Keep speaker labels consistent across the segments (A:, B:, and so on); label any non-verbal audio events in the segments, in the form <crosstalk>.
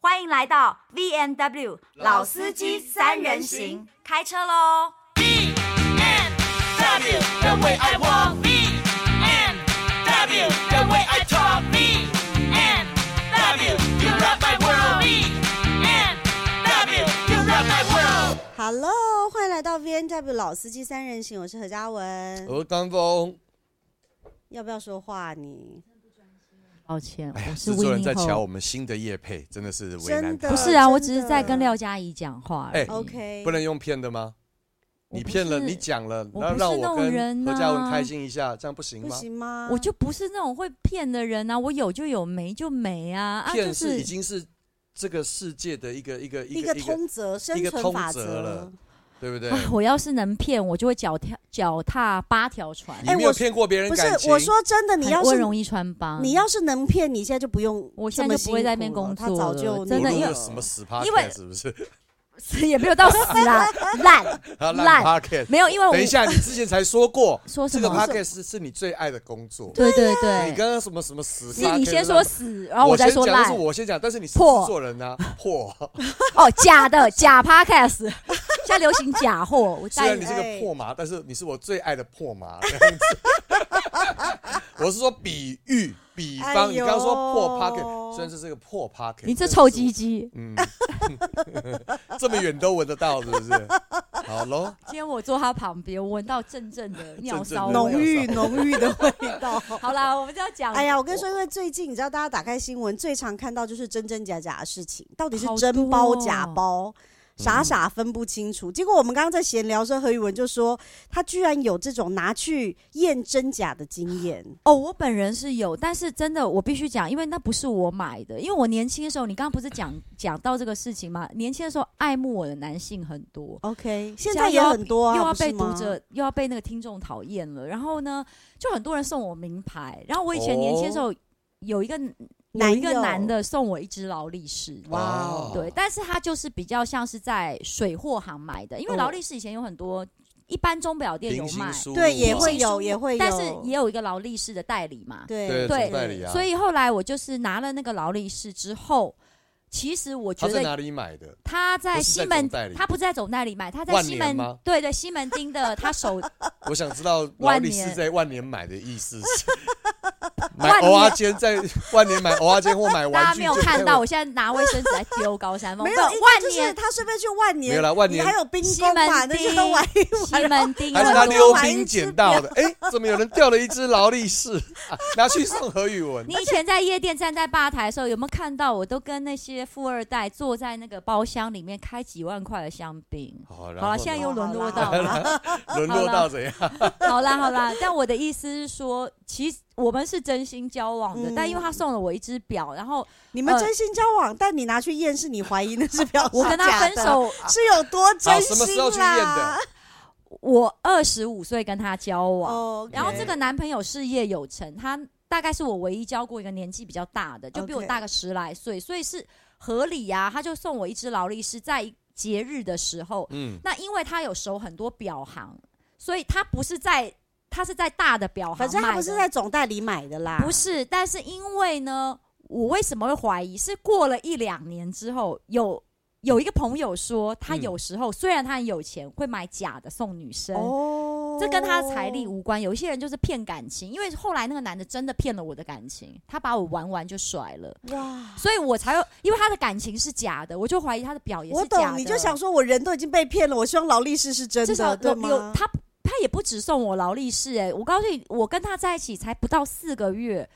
A: 欢迎来到 V N W 老司机三人行，开车喽！
B: BMW, the way I walk. BMW, the way I talk. BMW, you rock my world. BMW, you rock my world.
C: Hello，欢迎来到 V N W 老司机三人行，我是何嘉文。
D: 我是刚峰，
C: 要不要说话你？
E: 抱歉，我是
D: 哎制作人在
E: Winnie
D: 瞧
E: Ho
D: 我。们新的业配，真的是为难
C: 真的
D: 他
E: 不是啊，
C: 呃
E: 我
C: 真
E: 只是
C: 的
E: 在跟廖佳怡讲话而已。
D: 哎
C: OK，
D: 不能用骗的吗？
E: 我
D: 你
E: 不
D: 骗了，
E: 是
D: 你讲了，
E: 我
D: 然后
E: 不
D: 让
E: 是那
D: 我
E: 种
D: 跟
E: 人啊
D: 何嘉文
E: 呐
D: 开心一下，这样不行
C: 不
D: 吗？
C: 行吗？
E: 我就不是那种会骗的人啊，我有就有，没就没啊，啊就
D: 骗是
E: 是
D: 已经是这个世界的一个一个
C: 一
D: 一
C: 个
D: 个一个，
C: 通则生
D: 一个
C: 存
D: 通
C: 法
D: 则
C: 则
D: 了。对不对？
E: 啊，我要是能骗，我就会脚踏脚踏八条船，
D: 你没
C: 我
D: 有
C: 是
D: 骗过别人
C: 不是
D: 感情，
C: 我说真啊的，你
E: 很
C: 要
E: 温
C: 是
E: 容易穿帮。
C: 你要是能骗，你现在就不用
E: 啊我
C: 这
E: 现在
C: 么
E: 就不会在那边
C: 辛苦了
E: 工
C: 他早
E: 作了
C: 就
E: 真的
C: 努力
E: 因为
D: 录了
C: 了
D: 什么死
E: 因为
D: podcast 是不是？
E: <laughs>
D: <laughs>
E: 也没有到死
C: <laughs>
E: 啊，烂
D: 啊，烂
E: 烂
D: podcast。
E: 没有，因为我，
D: 等一下，你之前才说过
E: 说什
D: 这个
E: 么？
D: podcast 是是你最爱的工作。
E: 对对
D: 你
E: 对，
D: 刚刚什么什么死 podcast
E: 是
D: 让？
E: 你先说死，然后
D: 我
E: 再
D: 先
E: 说
D: 讲，但
E: 烂
D: 是。我先讲，但是你是制
E: 破
D: 作人
E: <laughs>
D: 呐，破。
E: 哦，假的 <laughs> 假 podcast，现在流行假货，我
D: 虽
E: 带
D: 然你
E: 你
D: 是个
C: 哎
D: 破麻，但是你是我最爱的破麻。这样子 <laughs> 我是说比喻、比方，
C: 哎呦
D: 你刚刚说破 pocket，虽然这是个破 pocket，
E: 你这臭
D: 但是
E: 鸡鸡。
D: 我，嗯，这么远都闻得到，是不是？好
E: <laughs>
D: 喽，
E: 今天我坐他旁边，我闻到阵阵的尿骚
D: 阵阵的
C: 浓
E: 味。
C: 郁浓郁的味道。
E: 好啦，我们就要讲。
C: 哎呀，我跟你说，因为最近你知道，大家打开新闻最常看到就是真真假假的事情，到底是
E: 好
C: 真包假
E: 多哦
C: 包，
D: 嗯
C: 傻傻分不清楚。结果我们刚刚在闲聊的时候，何宇文就说他居然有这种拿去验真假的经
E: <sighs>
C: 验，
E: 哦，我本人是有，但是真的我必须讲，因为那不是我买的，因为我年轻的时候，你刚刚不是讲讲到这个事情吗？年轻的时候爱慕我的男性很多。
C: OK，
E: 现
C: 现在
E: 在
C: 也
E: 又要
C: 很多啊，
E: 又要
C: 不是
E: 被读
C: 吗
E: 者，又要被那个听众讨厌了。然后呢，就很多人送我名牌。然后我以前年轻的时候，有一个有一个
C: 友
E: 男，的送我一只劳力士，
C: 哇哦
E: 对，，但是它就是比较像是在水货行买的，因为
C: 哦
E: 劳力士以前有很多，一般钟表店有
D: 平行
E: 卖，
D: 输入
C: 对也
D: 嘛
C: 会
E: 平行
C: 有
E: 输
C: 也会有，
E: 但是也有一个劳力士的代理嘛，
C: 对
D: 对
E: 对
D: 总代理啊，
E: 所以后来我就是拿了那个劳力士之后，其实我觉
D: 他在
E: 得
D: 哪里买的？
E: 他在
D: 不是在
E: 西
D: 总
E: 门
D: 代理，
E: 他不是在总代理买，他在
D: 万
E: 西
D: 年
E: 门
D: 吗，
E: 对对，西门町的他
C: <laughs>
E: 手
D: 我想知道劳
E: 万
D: 力
E: 年
D: 士在万年买的意思
E: <laughs>
D: 是买
E: 万年
D: 欧阿坚在 <laughs> 万年买欧阿坚或买
E: 大
D: 玩
E: 家
D: 具，
E: 没有看到，我现在拿卫生纸来丢高山峰，
C: 没有
E: 不
C: 应该
E: 万
C: 就是
E: 年
C: 他顺便去万
D: 没
C: 年
D: 有，啦，万
C: 你
D: 年
C: 还有冰
E: 西
C: 宫嘛，
E: 门
C: 那些都
E: 町
C: 玩一玩
E: 西。门町
D: 还是
E: 很
D: 他
E: 多
D: 溜冰捡到的？哎、怎么有人掉了一只劳力士、啊拿去送何宇文
E: 你？以前在夜店站在吧台的时候，有没有看到我都跟那些富二代坐在那个包厢里面开几万块的香槟？
D: 好
E: 好了，现在又沦落到
C: 好
E: 了。
D: 在沦落到怎样？
E: <laughs>
C: <laughs>
E: 好啦好啦，但我的意思是说，其实我们是真心交往的，
C: 嗯
E: 但因为他送了我一只表，然后
C: 你们
E: 呃
C: 真心交往，但你拿去验是你怀疑那是 <laughs> 表
E: 我跟他分手，
C: 是有多真
D: 好，
C: 心
D: 什
C: 啦？
D: 么时候去验的？
E: 我二十五岁跟他交往，
C: 哦，OK，
E: 然后这个男朋友事业有成，他大概是我唯一交过一个年纪比较大的，就比我
C: OK
E: 大个十来岁，所以是合理呀、他就送我一只劳力士，在节日的时候，
D: 嗯，
E: 那因为他有熟很多表行，所以他不是在他是在大的表行
C: 反正他
E: 卖
C: 不是
E: 的
C: 在总代理买的啦，
E: 不是，但是因为呢，我为什么会怀疑？是过了一两年之后，有有一个朋友说，他
D: 嗯
E: 有时候、虽然他很有钱，会买假的送女生。
C: 哦，
E: 这跟他的财力无关，有一些人就是骗感情，因为后来那个男的真的骗了我的感情，他把我玩完就甩了，
C: 哇。
E: 所以我才会因为他的感情是假的，我就怀疑他的表也是
C: 我
E: 假的。
C: 懂，你就想说我人都已经被骗了，我希望劳力士是真
E: 至少
C: 的，对
E: 有有
C: 吗？
E: 他他也不只送我劳力士哎、我告诉你，我跟他在一起才不到四个月。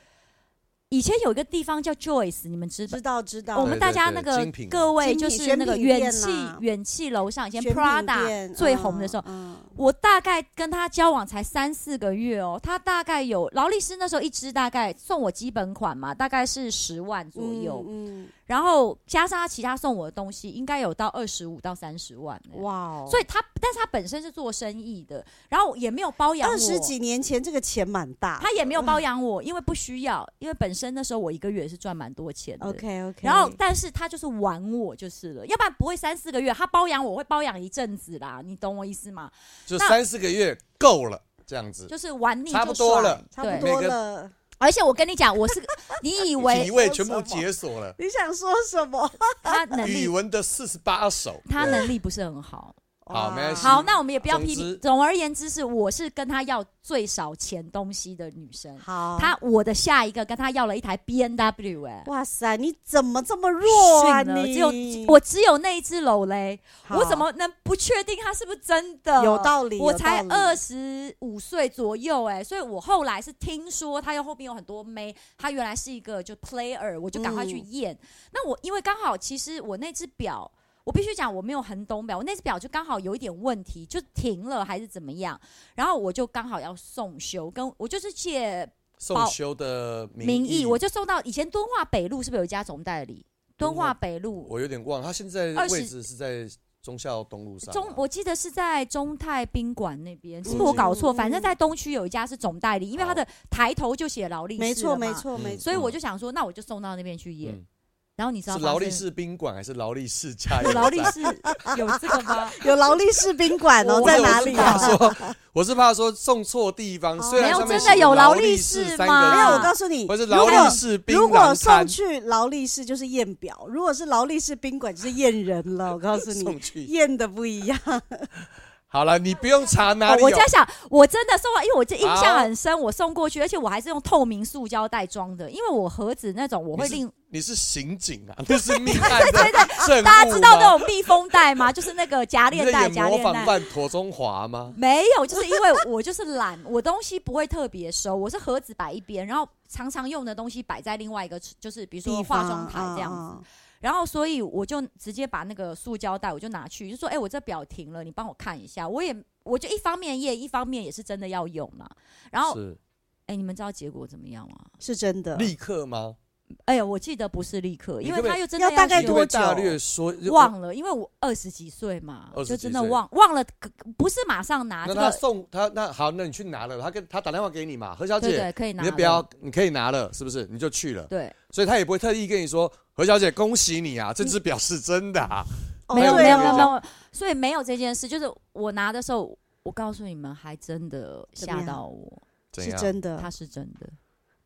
E: 以前有一个地方叫 Joyce，你们知道
C: 知？道知道，
E: 我们大家那
D: 对对对
E: 个
D: 精品啊
E: 各位
C: 精
E: 就
C: 品
E: 是
C: 选
E: 那个
C: 品
E: 远
C: 店
E: 气
C: 啦
E: 远气楼上，以前
C: 选品
E: Prada
C: 店
E: 最红的时候，，
C: 嗯嗯
E: 我大概跟他交往才三四个月哦，他大概有劳力士那时候一支大概送我基本款嘛，大概是十万左右，
C: 嗯，
E: 然后加上他其他送我的东西，应该有到二十五到三十万哎、
C: 嗯哇哦！
E: 所以他，但是他本身是做生意的，然后也没有包养我，
C: 二十几年前这个钱蛮大
E: 他也没有包养我，因为不需要，因为本身那时候我一个月也是赚蛮多钱的。
C: ，OK OK。
E: 然后，但是他就是玩我就是了，要不然不会三四个月，他包养我会包养一阵子啦，你懂我意思吗？
D: 就
E: 那
D: 三四个月够了，这样子。
E: 就是玩腻就
D: 呃差不
E: 甩
D: 多了
C: 差不
E: 对，
C: 多了，
E: 而且我跟你讲，我是你以
D: 体 <laughs>
E: 为
D: 位全部解锁了。
C: 你想说什么？
E: 他能
D: 语
E: 力，
D: 文的四十八首，
E: 他能力不是很好。
D: 好没关系
E: 好，那我们也不要
D: 总
E: 批评
D: 之。
E: 总而言之，是我是跟他要最少钱东西的女生。
C: 好，
E: 他我的下一个跟他要了一台 B N W 哎、
C: 哇塞，你怎么这么弱啊？
E: 逊了
C: 你
E: 只有我只有那一只楼嘞，
C: 好
E: 我怎么能不确定它是不是真的？
C: 有道理？
E: 我
C: 有
E: 才
C: 道理
E: 二十五岁左右哎、所以我后来是听说他又后面有很多妹，他原来是一个就 player，我就赶快去
C: 嗯
E: 验。那我因为刚好其实我那只表。我必须讲，我没有很懂表，我那只表就刚好有一点问题，就停了还是怎么样，然后我就刚好要送修，跟我就是借
D: 宋修的
E: 名义，
D: 义，
E: 我就送到以前敦化北路是不是有一家总代理？敦
D: 敦化
E: 化北路
D: 我有点忘了，他现在
E: 二十
D: 位置是在忠孝东路上啊。
E: 中，我记得是在中泰宾馆那边，是不是
D: 嗯
E: 我搞错？
C: 嗯
E: 反正在东区有一家是总代理，因为
D: 好
E: 他的抬头就写劳力士，
C: 没错，没。错，
D: 嗯
C: 没错。
E: 所以我就想说，那我就送到那边去演。
D: 嗯
E: 然后你知道
D: 是
E: 发生
D: 劳力？士宾馆还是劳力士加油
E: 有
D: 站？
E: 劳力士有这个吗？
C: 有劳力士宾馆哦，
D: 不
C: 在
D: 是
C: 哪里
D: <laughs>
C: 啊？
D: 我是怕
E: <laughs>
D: 说，我是怕说送错地方。虽然
E: 哦没有
D: 上面
E: 真的
D: 写
E: 有劳
D: 劳
E: 力
D: 力
E: 士
D: 士三
E: 吗
D: 个
C: 没
D: 字
C: 有，我告诉你，
D: 或是
C: 如
D: 劳
C: 果
D: 力士槟
C: 如果
D: 榔
C: 送
D: 摊
C: 去劳力士就是验表，如果是劳力士宾馆就是验人了。我告诉你
D: <laughs> 送，去。
C: 验的不一样。
D: 好了，你不用查 <laughs> 哪里
E: 哦我
D: 有啊
E: 在想，我真的送完，因为我这印象
D: 好
E: 很深，我送过去，而且我还是用透明塑胶袋装的，因为我盒子那种我会
D: 你是
E: 另
D: 你是刑警啊，那是命
E: <laughs>
D: 案的证物吗
E: 大家知道那种密封袋吗？就是那个夹
D: 你
E: 链
D: 在
E: 袋、
D: 演
E: 夹
D: 模
E: 链
D: 仿
E: 袋。
D: 犯妥中
E: <laughs>
D: 华吗？
E: 没有，就是因为我就是懒，我东西不会特别收，我是盒子摆一边，然后常常用的东西摆在另外一个，就是比如说
C: 地
E: 化
C: 方
E: 妆台这样子。
C: 啊
E: 然后所以我就直接把那个塑胶袋我就拿去，就说：“哎、我这表停了，你帮我看一下。”我也我就一方面验，一方面也是真的要用嘛。然后
D: 是
E: 哎、你们知道结果怎么样吗？
C: 是真的。
D: 立刻吗？
E: 哎呀，我记得不是立刻，
D: 你
E: 因
D: 可
E: 为
D: 不可
E: 他
D: 以
E: 又真的
C: 要大
E: 修
C: 概
D: 因
C: 多
D: 为
C: 久
D: 大略说
E: 忘了，因为我二十几岁嘛，
D: 20
E: 就真的
D: 几岁
E: 忘忘了，可不是马上啊拿这
D: 那他
E: 个，
D: 送他那好，那你去拿了，他跟他打电话给你嘛，何小
E: 对
D: 姐，
E: 对，可以拿
D: 你的
E: 了
D: 表你可以拿了，是不是？你就去了，
E: 对。
D: 所以他也不会特意跟你说，何小姐恭喜你
E: 嗯
D: 啊，这只表是真的啊，
C: 哦
E: 没有
D: 对
E: 没有
D: 啊
E: 没有没
D: 对
E: 有，所以没有这件事。就是我拿的时候，我告诉你们，还真的
C: 怎么
E: 吓
C: 样呃
E: 到我，
D: 怎
C: 是
D: 样？
C: 真的
E: 他。是真的，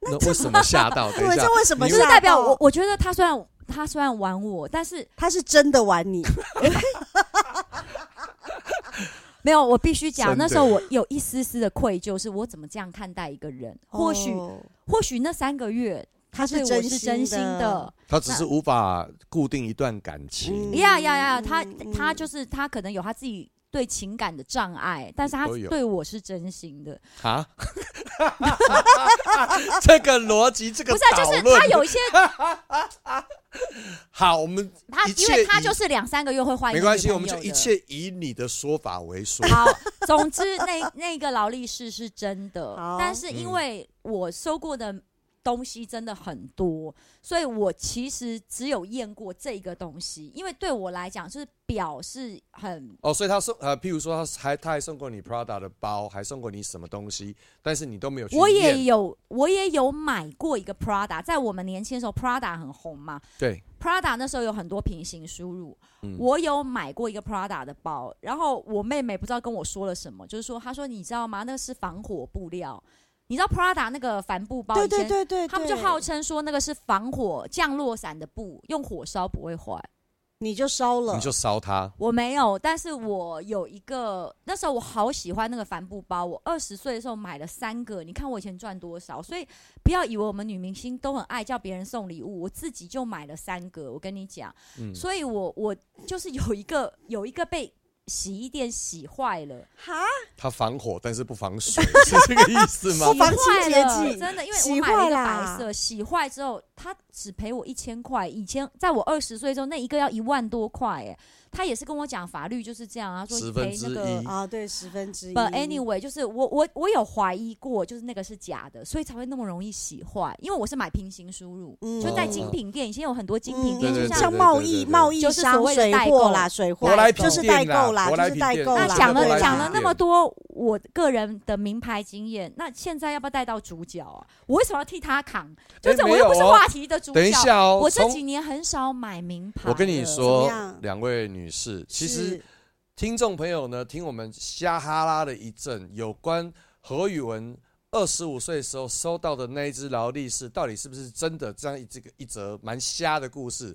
D: 那为什么吓
E: <laughs>
D: 到？等一
C: 对，
D: 下
C: 这，为什么
D: 你
E: 就
C: 吓
E: 是
C: 到？
E: 代表我，我觉得他虽然他虽然玩我，但是
C: 他是真的玩你，
E: 没有，我必须讲，
D: 真的
E: 那时候我有一丝丝的愧疚，是我怎么这样看待一个人？ <laughs> 或许
C: 哦
E: 或许那三个月
C: 他
E: 对
C: 是
E: 我
C: 真
E: 是真心的
C: 的。，
D: 他只是无法固定一段感情
C: 嗯，
E: 呀呀呀，他
C: 嗯
E: 他就是他可能有他自己。对情感的障碍，但是他
D: 都有
E: 对我是真心的，
D: 啊， <laughs> 这个逻辑，这个
E: 不是啊、
D: 导
E: 就是
D: 论，
E: 他有一些，
D: <laughs> 好，我们
E: 他
D: 一
E: 因
D: 切
E: 为他
D: 以
E: 就是两三个月会换一
D: 没
E: 个
D: 关
E: 女朋友的，
D: 系，我们就一切以你的说法为说。
E: 好，总之那那个劳力士是真的
C: 好，
E: 但是
D: 嗯
E: 因为我收过的东西真的很多，所以我其实只有验过这个东西，因为对我来讲，就是表是很
D: 哦，所以他送呃，譬如说他还他还送过你 Prada 的包，还送过你什么东西，但是你都没有去验。
E: 我也有，我也有买过一个 Prada，在我们年轻的时候，Prada 很红嘛。
D: 对
E: Prada 那时候有很多平行输入，
C: 嗯
E: 我有买过一个 Prada 的包，然后我妹妹不知道跟我说了什么，就是说她说你知道吗？那是防火布料，你知道 Prada 那个帆布包
C: 对
E: 以前
C: 对对对，
E: 他们就
C: 对
E: 号称说那个是防火降落伞的布，用火烧不会坏。
C: 你就烧了
D: 你，就烧它，
E: 我没有，但是我有一个，那时候我好喜欢那个帆布包，我二十岁的时候买了三个，你看我以前赚多少，所以不要以为我们女明星都很爱叫别人送礼物，我自己就买了三个，我跟你讲，
D: 嗯
E: 所以我我就是有一个有一个被洗衣店洗坏了，
C: 哈，
D: 它防火但是不
E: <laughs>
D: 防水，是这个意思吗
C: 不？防啊清
E: 洗坏
C: 洁
E: 了
C: 剂
E: 真的，因为我
C: 洗
E: 买了
C: 坏
E: 一个
C: 啦
E: 白色，洗坏之后，他只赔我一千块。以前在我二十岁之后，那一个要一万多块，哎，他也是跟我讲法律就是这样啊，他说
D: 十
E: 赔
D: 分之
E: 那个
D: 一。
C: 啊，对，十分之一。
D: 嗯
E: But anyway，就是我我我有怀疑过，就是那个是假的，所以才会那么容易洗坏。因为我是买平行输入，
C: 嗯
E: 就在
D: 哦
E: 精品店，以前有很多精品
C: 嗯
E: 店，
D: 对
E: 就
D: 对对
E: 像
C: 像贸易
D: 对对对
C: 贸易
E: 就是所
C: 商、
E: 谓的
C: 水
E: 代
C: 货
E: 购
C: 啦，水货
D: 舶来品
C: 就是代
D: 店啦
C: 购啦，
D: 舶来
C: 就是
D: 品
C: 代
D: 店
C: 购
D: 对
E: 那
C: 啦。
D: 对
E: 讲
D: 对
E: 了
D: 对
E: 讲了那
D: 对
E: 么多我个人的名牌经验，那现在要不要带到主角啊？我为什么要替他扛？就是
D: 没
E: 我又不是
D: 有哦
E: 话题的主角。
D: 等一下哦，
E: 我这
D: 从
E: 几年很少买名牌了。
D: 我跟你
C: 呃怎么
D: 说
C: 样，
D: 两位女士，其实 <laughs>
C: 是
D: 听众朋友呢，听我们瞎哈拉了一阵有关何宇文二十五岁的时候收到的那一只劳力士，到底是不是真的？这样一这个一则蛮瞎的
C: <laughs>
D: 故事。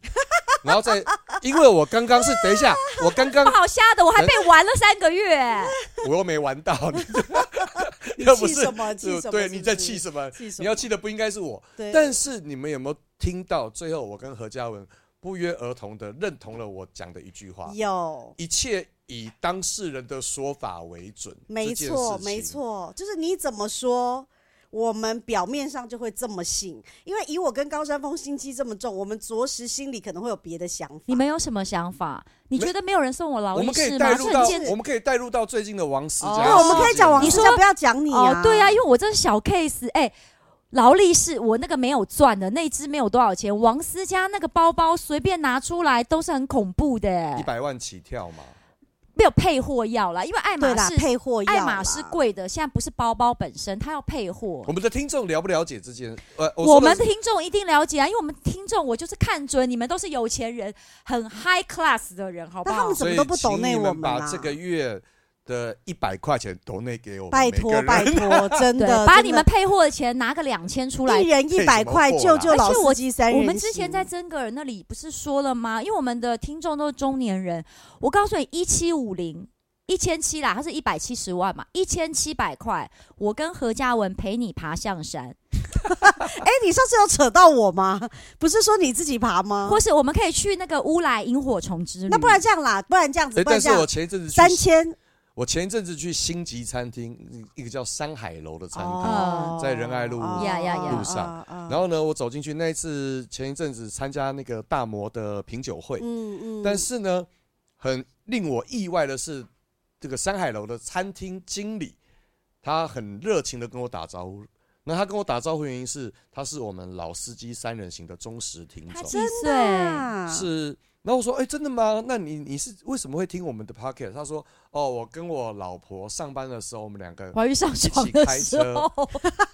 D: 然后再，因为我刚刚是等一下，我刚刚
E: 不好瞎的，我还被玩了三个月。
D: 我又没玩到，
C: <laughs>
D: 你
C: 你
D: 又不
C: 气
D: 是
C: 什么？气
D: 就
C: 什么？
D: 对，
C: 是
D: 你
C: 不
D: 在
C: 是
D: 气什么？
C: 气什
D: 你
C: 么？
D: 要气的不应该是我。
C: 对，
D: 但是你们有没有听到最后，我跟何嘉文不约而同的认同了我讲的一句话：
C: 有，
D: 一切以当事人的说法为准。
C: 没
D: 这件
C: 错，
D: 事情
C: 没。错，就是你怎么说。我们表面上就会这么信，因为以我跟高山峰心机这么重，我们着实心里可能会有别的想法。
E: 你们有什么想法？你觉得没有人送我劳
D: 我
E: 力
D: 们可以
E: 士
D: 带
E: 吗？
D: 入
E: 是
D: 到
E: 很贱，
D: 我们可以带入到最近的王思佳
E: 哦
D: 事件。
C: 对，我们可以讲王思
E: 你
C: 佳，
E: 说
C: 不要讲你
E: 哦
C: 啊。，
E: 对啊，因为我这是小 case，哎、劳力士我那个没有赚的，那只没有多少钱。王思佳那个包包随便拿出来都是很恐怖的、
D: 一
E: 哎
D: 百万起跳嘛，
E: 没有配货要啦，因为爱
C: 对
E: 马
C: 啦，
E: 仕
C: 配货要啦
E: 爱马仕贵的，现在不是包包本身，它要配货
D: 我。们的听众了不了解这件？呃，
E: 我
D: 我说
E: 们
D: 的
E: 听众一定了解啊，因为我们听众我就是看准你们都是有钱人，很 high class 的人，好不
C: 那他
E: 好
C: 们？怎么都不懂内啊
D: 所以请你
C: 我
D: 们
C: 们
D: 把
C: 啦
D: 这个月的一百块钱抖内给我们
C: 拜
D: 每个
C: 托
D: 人
C: 拜托，真
E: 对
C: 的，
E: 把
C: 真
E: 你
C: 的
E: 们配货的钱拿个两千出来
C: 一人一百块
D: 配什
C: 救
D: 么货啦
C: 救老
E: 而且我
C: 司机三人
E: 我们之前
C: 行
E: 在曾格尔那里不是说了吗？因为我们的听众都是中年人，我告诉你，一七五零。一千七啦，它是一百七十万嘛，一千七百块。我跟何嘉文陪你爬象山，
C: 哎、你上次有扯到我吗？ <laughs> 不是说你自己爬吗？
E: 或是我们可以去那个乌来萤火虫之旅。
C: 哦那不然这样啦，不然这样子，
D: 哎，
C: 不然
D: 但
C: 这
D: 是
C: 样
D: 我，前一阵子去
C: 三千
D: 我前一阵子去星级餐厅，一个叫山海楼的餐厅，
E: 哦
D: 在仁爱路
E: 呀呀呀
D: 路上
C: 然
D: 然后呢，我走进去那一次，前一阵子参加那个大摩的品酒会，
C: 嗯嗯
D: 但是呢，很令我意外的是，这个山海楼的餐厅经理，他很热情的跟我打招呼。那他跟我打招呼原因是，他是我们老司机三人行的忠实听
E: 他
D: 众，
E: 几
C: 真
E: 岁？
C: 的啊
D: 是。然后我说：“哎、真的吗？那你你是为什么会听我们的 p o c k e t 他说：“哦，我跟我老婆上班的时候，我们两个
E: 怀孕上床的时候 <laughs>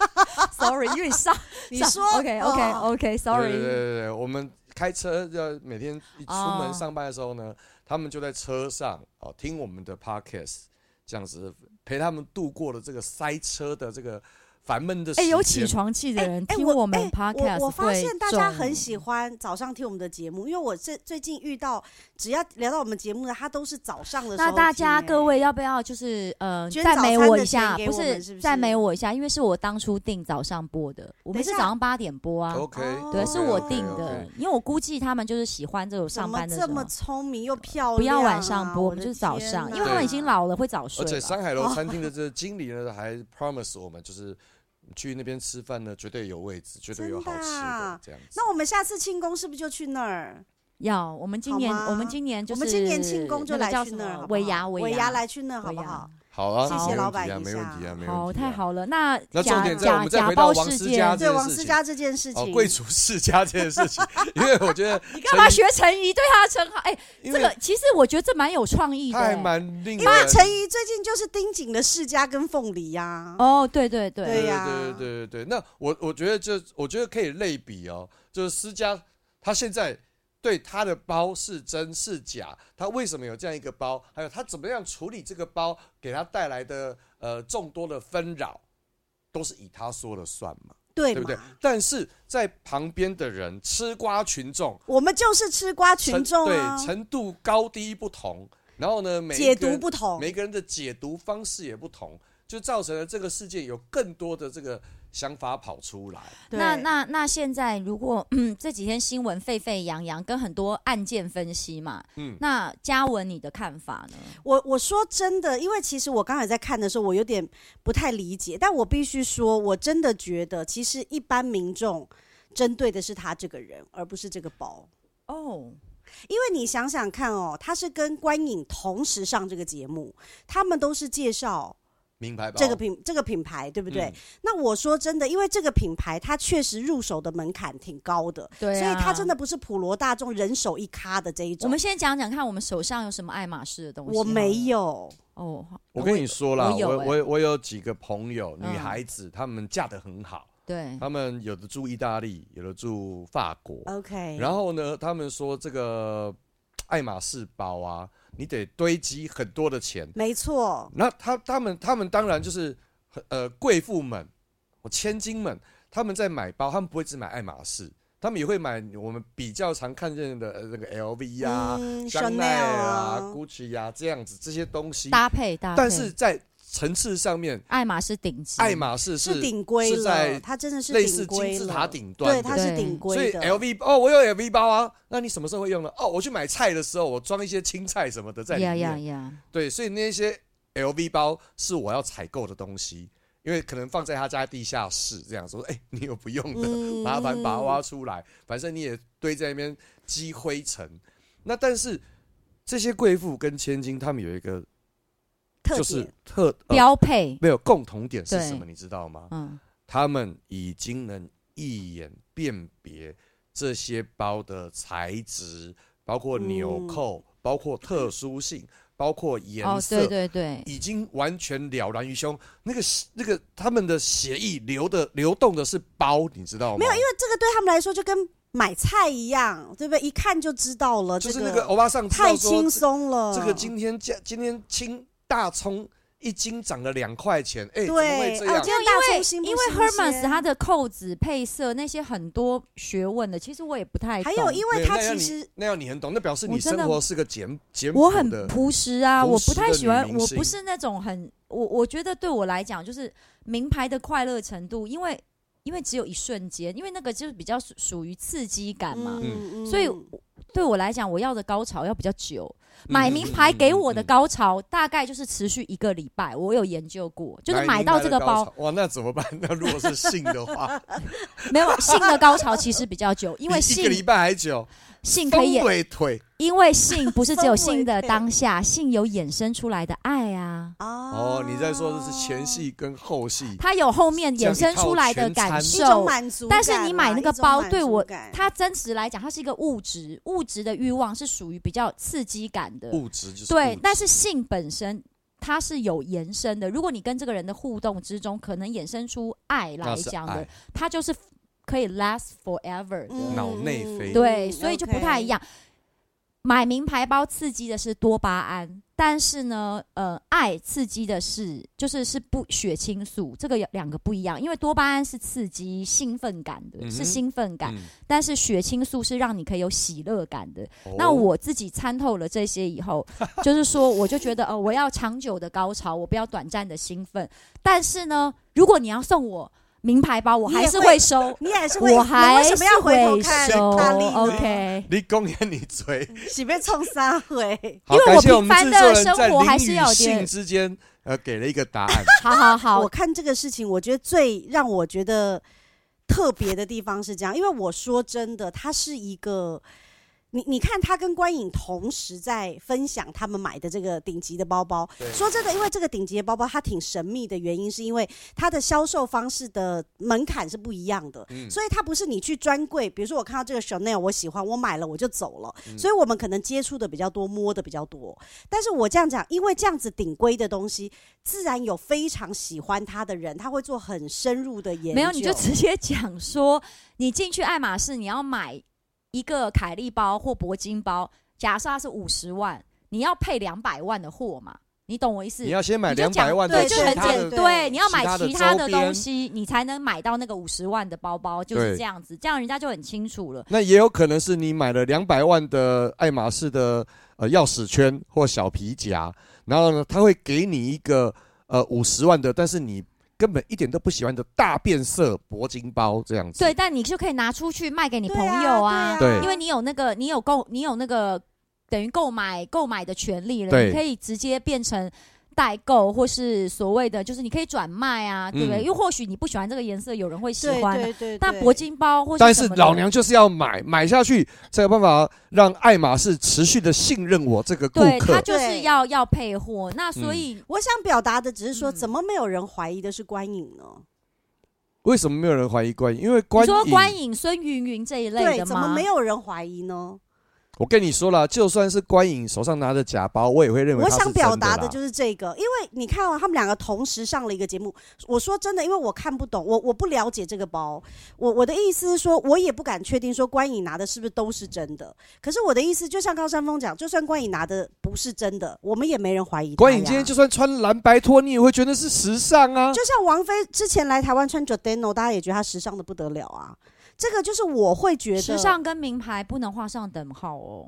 E: ，sorry，因为你上
C: <laughs> 你
E: 上哦
C: 说哦
E: OK OK OK
D: 对对对
E: Sorry，
D: 对对，我们开车要每天一出
E: 哦
D: 门上班的时候呢，他们就在车上哦听我们的 podcast，这样子陪他们度过了这个塞车的这个烦闷的时
E: 哎，
D: 间。
E: 有起床气的人
C: 哎
E: 听
C: 我
E: 们
C: 哎
E: podcast
C: 我我发
E: 会
C: 现大家
E: 中
C: 很喜欢早上听我们的节目，因为我这最近遇到，只要聊到我们节目的，他都是早上的时候
E: 那
C: 听。
E: 大家
C: 哎
E: 各，位要不要就是呃
C: 捐
E: 赞
C: 早
E: 美
C: 餐
E: 我
C: 的
E: 一下？
C: 钱给我们是不
E: 是
C: 是
E: 赞美我一下，因为是我当初定早上播的，我们
C: 等一
E: 是
C: 下
E: 早上八点播啊。
D: OK，
C: 哦
E: 对，
D: OK，
E: 是我
D: OK，
E: 定
D: OK
E: 的，因为我估计他们就是喜欢这种
C: 怎
E: 上
C: 么
E: 班的时
C: 这么
E: 候，
C: 聪明又漂亮啊、
E: 不要晚上播，我
C: 我
E: 们
C: 的
E: 就是早上，
C: 天
E: 因为他们
C: 哪
E: 已经老了，会早睡
D: 而且
E: 了。
D: 山海楼餐厅的这个经理呢，还 promise 我们就是去那边吃饭呢，绝对有位置，绝对有好吃
C: 真的
D: 的
C: 啊
D: 这样子。
C: 那我们下次庆功是不是就去那儿？
E: 要我们今
C: 好
E: 年，
C: 吗
E: 我们今年就是
C: 我们今年庆功就
E: 那个
C: 来
E: 叫
C: 去
E: 什
C: 那儿
E: 么
C: 好不好，
E: 尾牙
C: 尾
E: 牙
C: 来去那儿好
E: 尾
C: 不
E: 牙
C: 好？
D: 好啊，
E: 谢谢
D: 没问
C: 老
D: 题
C: 板
D: 啊
C: 一
D: 没问
C: 下
D: 题啊，没问题、啊。
E: 好，太。好了。那
D: 那重
E: 假
D: 点在我
E: 假
D: 们再
E: 假
D: 回到
E: 报
D: 王
E: 事
D: 思
E: 件
D: 佳这
C: 对
D: 件
C: 王
D: 事
C: 思
D: 情
C: 佳这件事情，
D: 哦，贵族世家这件事情，因为我觉得
E: 你干嘛学陈怡对他的称号？哎，
D: 因
E: 这
D: 为
E: 个其实我觉得这蛮有创意的。
D: 他还
E: 哎
D: 蛮令
C: 因为
D: 人
C: 陈怡最近就是盯紧了世家跟凤梨呀、
E: 哦，对对对，
C: 对呀
D: 对对对对对。那我我觉得就我觉得可以类比哦，就是私家他现在对他的包是真是假，他为什么有这样一个包，还有他怎么样处理这个包给他带来的呃众多的纷扰，都是以他说了算嘛，
C: 对
D: 对
C: 嘛
D: 不对？但是在旁边的人吃瓜群众，
C: 我们就是吃瓜群
D: 程
C: 众啊，
D: 对程度高低不同，然后呢，每一
C: 解
D: 个人
C: 读不同。
D: 每个人的解读方式也不同，就造成了这个世界有更多的这个想法跑出来。
C: 对
E: 那那那现在如果嗯这几天新闻沸沸扬扬，跟很多案件分析嘛，
D: 嗯
E: 那嘉文你的看法呢？
C: 我我说真的，因为其实我刚才在看的时候，我有点不太理解，但我必须说，我真的觉得其实一般民众针对的是他这个人，而不是这个包。
E: 哦，
C: 因为你想想看哦，他是跟观影同时上这个节目，他们都是介绍
D: 名牌包嗯
C: 这个品这个品牌，对不对？那我说真的，因为这个品牌它确实入手的门槛挺高的，
E: 对
C: 所以它真
E: 的。
C: 的不是普罗大众人手一咖的这一种。
E: 我们先讲讲看，我们手上有什么爱马仕的东西好了？
C: 我没有，
E: 哦，好
D: 我跟你说啦，
E: 我有
D: 我
E: 欸
D: 我我有几个朋友，
E: 嗯
D: 女孩子，她们嫁得很好，
E: 对，
D: 她们有的住意大利，有的住法国，
C: OK，
D: 然后呢，她们说这个爱马仕包啊，你得堆积很多的钱。
C: 没错，
D: 那她她们她们当然就是呃贵妇们我千金们他们在买包，他们不会只买爱马仕，他们也会买我们比较常看见的呃那个 LV 啊、
C: 嗯
D: 香
C: ，Chanel
D: 奈啊、
C: 啊
D: GUCCI 啊这样子这些东西。
E: 搭配搭配。
D: 但是在层次上面，
E: 爱马仕顶级，
D: 爱马仕
C: 是
D: 是
C: 顶规
D: 是在
C: 了，它真的是
D: 类
C: 顶
D: 似
C: 规
D: 金字塔
C: 了，
D: 顶端
C: 对，
D: 的，
C: 它是顶
D: 所
C: 规
D: 以
C: 的。
D: LV 哦，我有 LV 包啊，那你什么时候会用呢？哦，我去买菜的时候，我装一些青菜什么的在里
E: 呀
D: 面。
E: 呀呀，
D: 对，所以那些 LV 包是我要采购的东西，因为可能放在他家地下室这样说，哎、你有不用的，
C: 嗯
D: 麻烦把它挖出来，反正你也堆在那边积灰尘。那但是这些贵妇跟千金，她们有一个
C: 特
D: 就是
C: 点
D: 特、呃、
E: 标配，
D: 没有共同点是
E: 对
D: 什么，你知道吗？
E: 嗯，
D: 他们已经能一眼辨别这些包的材质，包括纽扣，包括特殊性，包括呃颜
E: 哦，
D: 色，
E: 对对对，
D: 已经完全了然于胸。那个那个他们的协议流的流动的是包，你知道吗？
C: 没有，因为这个对他们来说就跟买菜一样，对不对？一看就知道了，
D: 就是
C: 这
D: 那个欧巴桑知道
C: 太
D: 说
C: 轻松了。
D: 这个今天价今天青大葱一斤涨了两块钱，哎、怎么会
C: 对，
D: 这
C: 哎我
D: 样
C: 今？天大葱新不
E: 因为
C: 新
E: Hermes
C: 鲜
E: 它的扣子配色那些很多学问的，其实我也不太懂
C: 还有因为
D: 对
C: 它
D: 那样
C: 其
D: 你
C: 实
D: 那样你很懂，那表示
E: 我
D: 你
E: 真
D: 生
E: 的
D: 活是个简简
E: 我
D: 朴
E: 很
D: 的嗯
E: 朴实啊，
D: 朴
E: 我不
D: 实
E: 太
D: 的
E: 喜欢
D: 女，明
E: 我
D: 星
E: 不是那种很我我觉得对我来讲就是名牌的快乐程度，因为因为只有一瞬间，因为那个就是比较属属于刺激感嘛。
C: 嗯
E: 所以
C: 嗯
E: 对我来讲，我要的高潮要比较久，
D: 嗯
E: 买
D: 嗯
E: 名
D: 嗯
E: 牌
D: 嗯
E: 给我
D: 嗯
E: 的高潮大概就是持续一个礼拜，我有研究过，就是
D: 来
E: 买
D: 您
E: 到
D: 来
E: 这
D: 了
E: 个
D: 高
E: 包
D: 潮哇，那怎么办？ <laughs> 那如果是性的话，
E: 没有性的高潮其实比较
D: <laughs>
E: 久， <laughs> 因为
D: 比一个礼
E: 性
D: 拜还久，
E: 性可以
D: 风
E: 演
D: 尾腿
E: 因为性不是只有性
C: 氛围
E: 的
C: 对
E: 当下，性有衍生出来的爱啊，
C: 嗯
D: 哦，你在说的是前
C: 哦
E: 哦
D: 戏跟后戏，
E: 它有后面
D: 这样
E: 衍
D: 一
E: 生
D: 套
E: 出来的
D: 全
E: 感
D: 餐
C: 一种
E: 受。
C: 满足感
E: 但
C: 啦，
E: 是你买那个
C: 一种
E: 包
C: 满
E: 对
C: 足
E: 我
C: 感
E: 它真实来讲，它是一个物质，物质的欲望是属于比较刺激感的，
D: 物质就是物
E: 对
D: 质。
E: 但是性本身它是有延伸的，如果你跟这个人的互动之中，可能衍生出爱来
D: 那是
E: 讲
D: 爱
E: 的，，它就是可以 last forever 的。
C: 嗯
D: 脑内啡
E: 对，
C: 嗯
E: 所以就不
C: OK
E: 太一样。买名牌包刺激的是多巴胺，但是呢，呃，爱刺激的是就是是不血清素，这个有两个不一样，因为多巴胺是刺激兴奋感的，
D: 嗯哼
E: 是兴奋感，
D: 嗯
E: 但是血清素是让你可以有喜乐感的。
D: 哦
E: 那我自己参透了这些以
D: <laughs>
E: 后，就是说，我就觉得，呃，我要长久的高潮，我不要短暂的兴奋。但是呢，如果你要送我名牌包，我
C: 你
E: 还
C: 也
E: 是
C: 会
E: 会收，
C: 你也是会，
E: 我
C: 你
E: 还
C: 为
E: 是
C: 什么要回头看
E: 会收
C: 大力呢
E: OK，
D: 你公演你嘴，。
E: <laughs>
C: 喜被冲杀回
D: 好
E: 因为
D: 感
E: 我
D: 谢我
E: 平
D: 们
E: 凡
D: 制
E: 的
D: 作人
E: 生
D: 在
E: 活还
D: 灵
E: 是
D: 与
E: 要有
D: 性
E: 点
D: 之间，呃，给了一个答
E: <laughs>
D: 案。
E: 好好好
C: 我，看这个事情，我觉得最让我觉得特别的地方是这样，因为我说真的，它是一个。你你看，他跟关颖同时在分享他们买的这个顶级的包包。
D: 对
C: 说真的，因为这个顶级的包包它挺神秘的原因，是因为它的销售方式的门槛是不一样的。
D: 嗯
C: 所以它不是你去专柜，比如说我看到这个 Chanel 我喜欢，我买了我就走了，所以我们可能接触的比较多，摸的比较多。但是我这样讲，因为这样子顶规的东西，自然有非常喜欢它的人，他会做很深入的研究。
E: 没有你就直接讲说，你进去爱马仕，你要买一个凯利包或铂金包，假设它是五十万，你要配两百万的货嘛？你懂我意思
D: 你？要先买
E: 你就
D: 两百
E: 讲
D: 万的
E: 对，
C: 其
E: 就
D: 其
E: 很
D: 他
E: 简
D: 的，
E: 对，你要买
D: 其
E: 其
D: 他
E: 他
D: 的
E: 的
D: 周边
E: 东西，你才能买到那个五十万的包包，就是
D: 对
E: 这样子，这样人家就很清楚了。
D: 那也有可能是你买了两百万的爱马仕的呃钥匙圈或小皮夹，然后呢，他会给你一个呃五十万的，但是你根本一点都不喜欢的大变色铂金包这样子。
E: 对，但你就可以拿出去卖给你
C: 对
E: 朋友
C: 啊，
D: 对
E: 因为你有那个，你有购，你有那个等于购买购买的权利了，
D: 对
E: 你可以直接变成代购，或是所谓的就是你可以转卖啊，对不对？
D: 嗯
E: 因为或许你不喜欢这个颜色，有人会喜
C: 对
E: 欢啊。
C: 对对，
E: 但
C: 对
E: 铂金包或
D: 但
E: 什
D: 是
E: 么的
D: 老娘就是要买，买下去才有办法让爱马仕持续的信任我这个顾
E: 对他
D: 客。嗯
E: 就是
C: 对
E: 要要配货，那所以、
C: 我想表达的只是说，
E: 嗯
C: 怎么没有人怀疑的是观影呢？
D: 为什么没有人怀疑关颖？因为
E: 你
D: 关
E: 说
D: 颖
E: 观影、孙云云这一类
C: 对，
E: 的
C: 怎么
E: 吗
C: 没？有人怀疑呢？
D: 我跟你说了，就算是观影手上拿着假包，我也会认为
C: 我
D: 它是
C: 想表达
D: 真的
C: 的
D: 啦
C: 就是这个，因为你看啊，他们两个同时上了一个节目。我说真的，因为我看不懂，我我不了解这个包。我我的意思是说，我也不敢确定说关颖拿的是不是都是真的。可是我的意思，就像高山峰讲，就算关颖拿的不是真的，我们也没人怀疑哎他呀。
D: 观影今天就算穿蓝白拖，你也会觉得是时尚啊。
C: 就像王菲之前来台湾穿 Jordano，大家也觉得她时尚的不得了啊。这个就是我会觉得
E: 时尚跟名牌不能画上等号哦。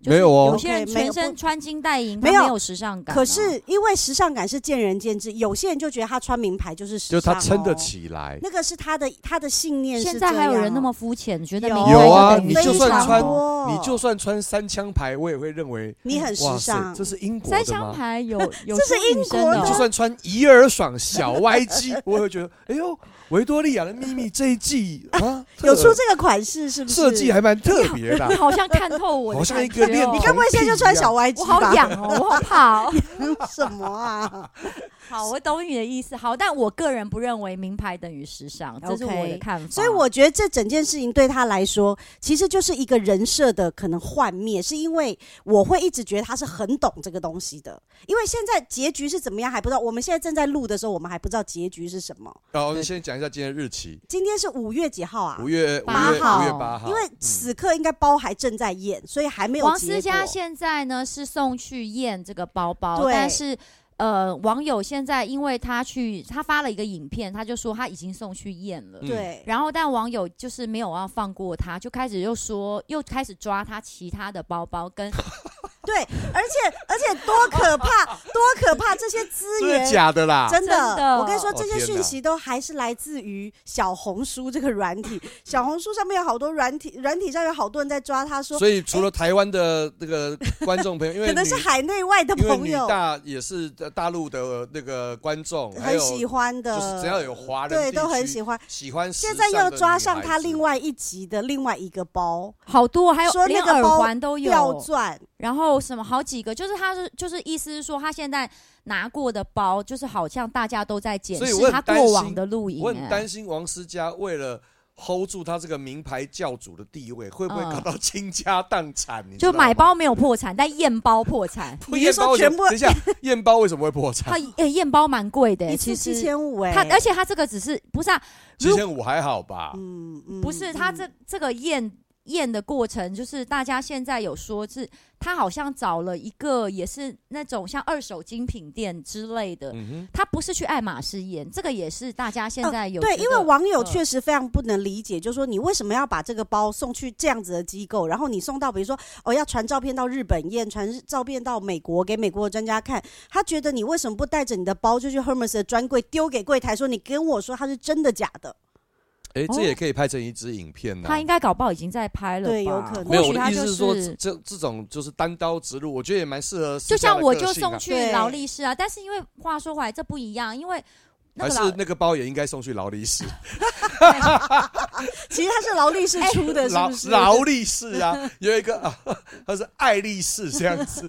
E: 就是
D: 没有哦
E: 有些人
C: OK，没有
E: 全身
C: 不
E: 穿金戴银，他
C: 没有
E: 没有时尚感啊。
C: 可是因为时尚感是见仁见智，有些人就觉得他穿名牌就是时
D: 就是
C: 尚、哦啊
D: 他撑得。起来。
C: 那个是他的他的信念是这样
E: 现
C: 哦。
E: 在还有人那么肤浅，觉得
C: 有
E: 名牌
D: 有啊
E: 等于
D: 你就
E: 时
D: 算
E: 尚
D: 穿
E: 哦
D: 你就算穿三枪牌，我也会认为
C: 你很时
D: 哇塞
C: 尚，，
D: 这是英国
E: 三
D: 的
E: 枪
D: 吗？
E: 牌
C: <laughs>
E: 有有
C: 这是
E: 出女
C: 英
E: 生
C: 国
E: 的
C: 的
E: 哦，
D: 就算穿伊尔爽小歪鸡，我也会觉得，哎呦，维多利亚的秘密这一季啊，
C: <laughs> 有
D: 特
C: 出这个款式是不是？
D: 设计还蛮特别的
C: <laughs>
D: 啊
E: 你。好像看透我的
D: 好像一
E: 感
D: 个
E: 觉
D: 恋
E: 哦
D: 童
C: 你该不会现在就穿小歪鸡
E: 我
C: 吧？
E: 好痒哦，我好怕
C: <laughs>
E: 哦。
C: 什么啊？
E: 好，我懂你的意思。好，但我个人不认为名牌等于时尚，这是我的
C: OK，
E: 看法。
C: 所以我觉得这整件事情对他来说，其实就是一个人设的可能幻灭，是因为我会一直觉得他是很懂这个东西的，因为现在结局是怎么样还不知道，我们现在正在录的时候，我们还不知道结局是什么。
D: 然后先讲一下今天日期，
C: 今天是五月几号啊？
D: 五月五
E: 八
D: 月
E: 号
D: 五月八号，
C: 因为此刻应该包还正在演，所以还没有
E: 王
C: 结
E: 思
C: 果
E: 佳现在呢是送去验这个包包，
C: 对
E: 但是呃，网友现在因为他去他发了一个影片，他就说他已经送去验了。
D: 嗯
C: 对，
E: 然后，但网友就是没有要放过他，就开始又说，又开始抓他其他的包包
C: <laughs>
E: 跟
C: 对，而且而且多可怕，多可怕！这些资
D: 真的
C: 源
D: <laughs> 假的啦？
C: 真的，
E: 真的
C: 我跟你说，
D: 哦
C: 这些
D: 天哪
C: 讯息都还是来自于小红书这个软体。小红书上面有好多软体，软体上有好多人在抓他说，
D: 哦所以除了台湾的
C: <laughs>
D: 那个观众朋友，因为
C: 可能
D: 女
C: 是海内外的
D: 因为
C: 朋
D: 女
C: 友
D: 大也是呃大陆的那个观众，还
C: 很
D: 有
C: 喜欢的，
D: 就是只要有华人
C: 对
D: 地
C: 都很
D: 区
C: 喜欢。
D: 喜欢时
C: 现
D: 尚
C: 在
D: 的女孩
C: 又
D: 子，
C: 抓上他另外一集的另外一个包，
E: 好多，还有
C: 说
E: 连
C: 那个
E: 耳
C: 包
E: 环都有，
C: 吊钻，
E: 然后什么好几个，就是他是就是意思是说他现在拿过的包，就是好像大家都在检
D: 所以
E: 视
D: 我很
E: 他
D: 担
E: 过
D: 心
E: 往的录影、
D: 我很
E: 哎
D: 担心王思佳为了 hold 住他这个名牌教主的地位，会不会
E: 嗯
D: 搞到倾家荡产？你知
E: 就
D: 道吗
E: 买，包没有破产，但验包破
D: <laughs>
E: 产。
D: 不
C: 你
D: 验
C: 是说
D: 包为什么
C: 全部
D: 等一下，
C: <laughs>
D: 验包为什么会破
E: 他
D: 产？
E: 诶验包蛮贵的、欸
C: 一
E: 其
C: 次
E: 实
C: 七千五哎，
E: 他而且他这个只是不是啊，
D: 七
E: 如
D: 千五还好吧？
C: 嗯嗯
E: 不是他这这个验验的过程，就是大家现在有说是他好像找了一个也是那种像二手精品店之类的，
D: 嗯哼，
E: 他不是去爱马仕验，这个也是大家现
C: 呃
E: 在有、
C: 对，因为网友
E: 嗯
C: 确实非常不能理解，就说你为什么要把这个包送去这样子的机构，然后你送到比如说哦要传照片到日本验，传日照片到美国给美国的专家看，他觉得你为什么不带着你的包就去 Hermes 的专柜丢给柜台说你跟我说它是真的假的？
D: 哎，
E: 哦
D: 这也可以拍成一支影片啊呢。
E: 他应该搞不好已经在拍了吧，
C: 对有可能
D: 没有，
E: 或
D: 我
E: 许
D: 的
E: 他
D: 意
E: 就
D: 思
E: 是
D: 说，这这这种就是单刀直入，我觉得也蛮适合思
E: 就
D: 佳的
E: 像我
D: 个性啊。
E: 就送去
C: 对
E: 劳力士啊，但是因为话说回来，这不一样，
C: <laughs>
E: 因为那
D: 还
E: 个
D: 是
E: 劳
D: 那个包也应该送去劳
E: <laughs>
D: 力士，
C: 其实它是劳力
E: 哎
C: 士出的，是
D: 劳
C: 不是？
D: 劳力士啊，有一个啊，他是爱力士这样子，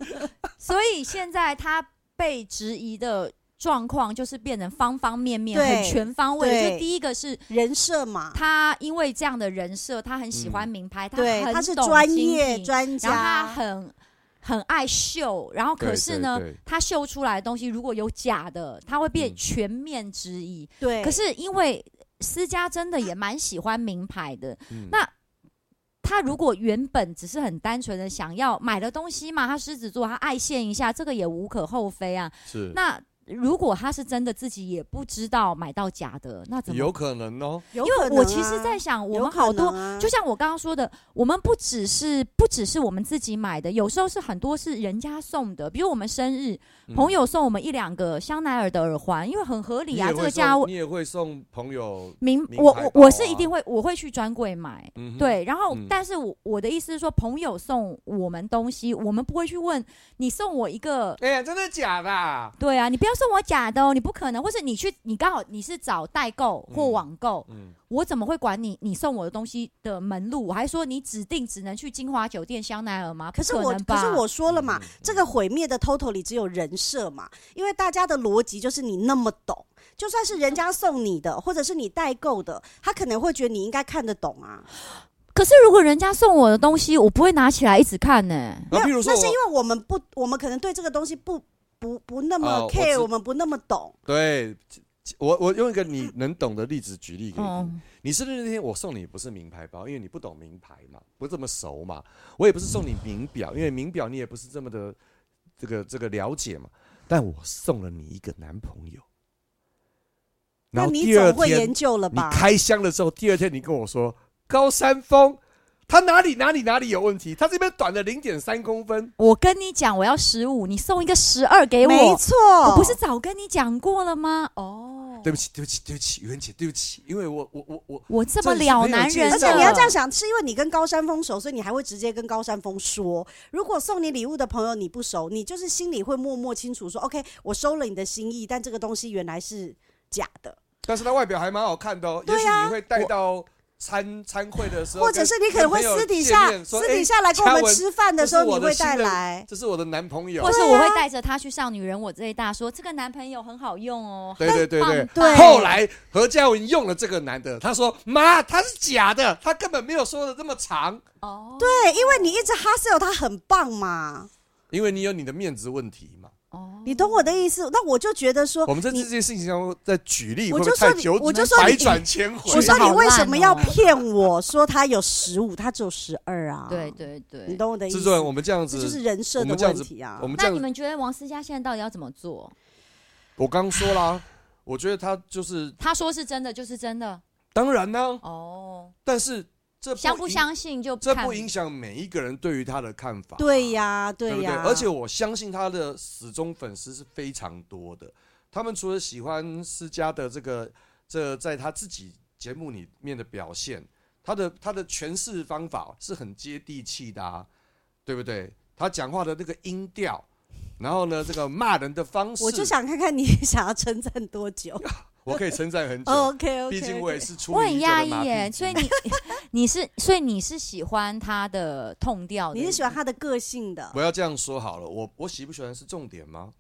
E: 所以现在他被质疑的状况就是变成方方面面，
C: 对
E: 很全方位的。
C: 对
E: 就第一个是
C: 人设嘛，
E: 他因为这样的人设，他很喜欢名牌，
C: 嗯对，
E: 很
C: 他是
E: 懂
C: 专
E: 精
C: 业
E: 品
C: 专
E: 然后他
C: 家，
E: 很很爱秀，然后 <laughs> 可
D: 对
E: 是
D: 对
E: 呢
D: 对，
E: 他秀出来的东西如果有假的，他会变
D: 嗯
E: 全面质疑。
C: 对，
E: 可是因为思佳真的也蛮喜欢名牌的，
D: 嗯
E: 那他如果原本只是很单纯的想要买的东西嘛，他狮子座，他爱现一下，这个也无可厚非啊。
D: 是
E: 那如果他是真的自己也不知道买到假的，那怎么？
D: 有可能哦。
C: 因
E: 因为我其
C: 啊
E: 实在想，我们好多。
C: 嗯
E: 就像我刚刚说的，我们不只是不只是我们自己买的，有时候是很多是人家送的，比如我们生日，
D: 嗯
E: 朋友送我们一两个香奈儿的耳环，因为很合
D: 你
E: 理啊，
D: 也
E: 这
D: 会
E: 个价
D: 送
E: 位
D: 你也会送朋友，
E: 明
D: 名
E: 我
D: 牌
E: 我
D: 包
E: 我是一
D: 啊
E: 定会我会去专柜买，
D: 嗯哼，
E: 对，然后、
D: 嗯
E: 但是我我的意思是说，朋友送我们东西，我们不会去问你送我一个。
D: 哎呀，真的假的啊？
E: 对啊，你不要送我假的哦，你不可能，或是你去，你刚好你是找代购或
D: 嗯
E: 网购，
D: 嗯，
E: 我怎么会管你？你送我的东西的门路，我还说你指定只能去金华酒店、香奈儿吗？
C: 可是
E: 不
C: 我，
E: 能
C: 可
E: 吧
C: 是我说了嘛
D: 嗯，
C: 这个毁灭的 total 里只有人设嘛，因为大家的逻辑就是你那么懂，就算是人家送你的，或者是你代购的，他可能会觉得你应该看得懂啊。
E: 可是如果人家送我的东西，我不会拿起来一直看呢、
D: 然后
C: 没
D: 比
C: 有
D: 如说
C: 那是因
D: 我，
C: 为我们不，我们可能对这个东西不不不那
D: 啊
C: 么
D: 我
C: care，、
D: 知
C: 我们不那么懂。
D: 对我我用一个你能懂的例子举例给你
E: 哦
C: 嗯
D: 听。你生日那天我送你不是名牌包，因为你不懂名牌嘛，不这么熟嘛。我也不是送你名表，因为名表你也不是这么的这个这个了解嘛。但我送了你一个男朋友，然
C: 那
D: 后
C: 你
D: 第二
C: 总会研
D: 天
C: 究了
D: 你
C: 吧？
D: 开箱的时候，第二天你跟我说高山峰，他哪里哪里哪里有问题，他这边短了零点三公分。
E: 我跟你讲，我要十五，你送一个十二给我，
C: 没错，
E: 我哦不是早跟你讲过了吗？哦，
D: 对不起，对不起，对不起，袁姐，对不起，因为我我我我
E: 我这么了男人的，
C: 而且你要这样想，是因为你跟高山峰熟，所以你还会直接跟高山峰说。如果送你礼物的朋友你不熟，你就是心里会默默清楚说，OK，我收了你的心意，但这个东西原来是假的，
D: 但是他外表还蛮好看的哦，也
C: 对
D: 许
C: 啊
D: 你会带到参参会的时候，
C: 或者是你可能会
D: 跟朋友
C: 私底
D: 见
C: 下
D: 面说
C: 私
D: 哎
C: 底下来跟我
D: 嘉
C: 们
D: 文
C: 吃饭的时候，
D: 这是
C: 你
D: 我的
C: 会带
D: 新的
C: 来。
D: 这是我的男朋友
E: 或，是我会带着他去上女人我最大，说这个男朋友很好用哦。
D: 对对对对。
E: 棒
C: 对
D: 后来何嘉文用了这个男的，他说：“妈，他是假的，他根本没有说的这么长，
E: 哦，对
C: 对，因为你一直哈 u 他很棒嘛，
D: 因为你有你的面子问题嘛。
E: 哦，
C: 啊你懂我的意思。那我就觉得说，
D: 我们在这
C: 你
D: 件事情上在举例，
C: 我
D: 会不
C: 就
D: 会
C: 说
D: 太
C: 你
D: 久，
C: 我就说你
D: 百转千回。
C: 我说
E: 好
C: 你为什
E: 烂
C: 么要
E: 哦
C: 骗我说他有十五，他只有十二啊？
E: 对，对对
C: 你。懂我的意思。
D: 制作人，我们这样
C: 这
D: 子，
C: 就是人设
D: 我
C: 的
D: 们这样
C: 问
D: 子
C: 题啊
D: 我。们这
E: 那
D: 样
E: 你
D: 子，
E: 们觉得王思佳现在到底要怎么做？
D: 我刚说啦，我觉得他就是
E: 他说是真的就是真的
D: 当然呢、
E: 哦，
D: 但是这
E: 相不
D: 影
E: 相信就
D: 这
E: 看
D: 不影响每一个人对于他的看法，
C: 对呀，
D: 对不对
C: 呀，
D: 而且我相信他的死忠粉丝是非常多的，他们除了喜欢施加的这个这在他自己节目里面的表现，他的他的诠释方法是很接地气的、啊，对不对？他讲话的那个音调，然后呢，这个骂人的方式，
C: 我就想看看你 <laughs> 想要称赞多久。
D: 我可以称赞很
C: <laughs>
D: 久，
C: OK OK，
D: 毕竟我也是出
E: 我很
D: 名已久的
E: 讶
D: 马
E: 异
D: 屁
E: 耶，
D: 精
E: 所以
D: <laughs>
E: 你你 <laughs> 是所以你是喜欢他的痛调的，
C: 你是喜欢他的个性的
D: 不，要这样说好了，我我喜不喜欢是重点吗？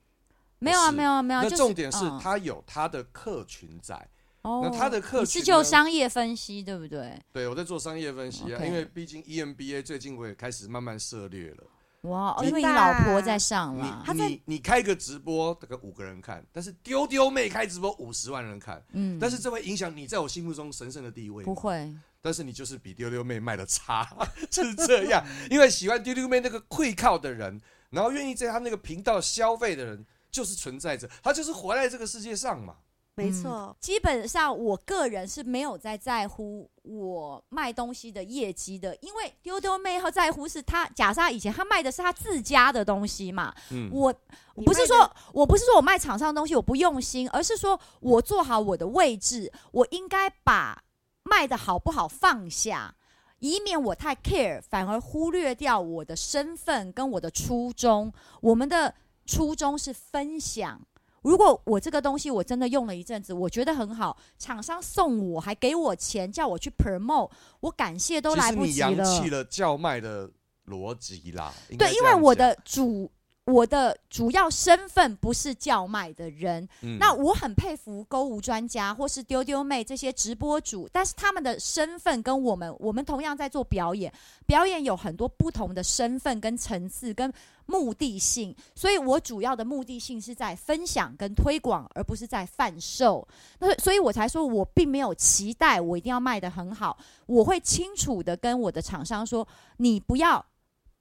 E: 没有啊
D: 是
E: 没有啊没有啊，
D: 那
E: 就
D: 重点是
E: 嗯
D: 他有他的客群在，
E: 哦
D: 那他的客
E: 你
D: 群
E: 是
D: 呢
E: 就商业分析对不对？
D: 对我在做商业分析啊，
E: OK
D: 因为毕竟 EMBA 最近我也开始慢慢涉猎了。
E: 哇，哦
C: 你
E: 因为你老婆在上啦，
C: 他
D: 你
C: 在
D: 你你开个直播，大概五个人看，但是丢丢妹开直播五十万人看，
E: 嗯，
D: 但是这会影响你在我心目中神圣的地位吗
E: 不，会，
D: 但是你就是比丢丢妹卖的差， <laughs> 就是这样。因为喜欢丢丢妹那个愧靠的人，然后愿意在他那个频道消费的人，就是存在着，他就是活在这个世界上嘛。
C: 没
E: 嗯
C: 错。
E: 基本上我个人是没有在在乎我卖东西的业绩的，因为丢丢妹和在乎是她，假设她以前她卖的是她自家的东西嘛，
D: 嗯，
E: 我我
C: 你
E: 不是
C: 卖的
E: 说我不是说我卖厂商的东西我不用心，而是说我做好我的位置，我应该把卖的好不好放下，以免我太 care，反而忽略掉我的身份跟我的初衷。我们的初衷是分享。如果我这个东西我真的用了一阵子，我觉得很好，厂商送我还给我钱叫我去 promote，我感谢都
D: 其
E: 来
D: 实
E: 不
D: 你
E: 及
D: 扬
E: 了
D: 弃。了叫卖的逻辑啦。应该
E: 对，
D: 这
E: 因为
D: 样
E: 我
D: 讲
E: 的主我的主要身份不是叫卖的人，
D: 嗯
E: 那我很佩服购物专家或是丢丢妹这些直播主，但是他们的身份跟我们，我们同样在做表演，表演有很多不同的身份跟层次跟目的性，所以我主要的目的性是在分享跟推广，而不是在贩售。那所以我才说我并没有期待我一定要卖得很好，我会清楚的跟我的厂商说，你不要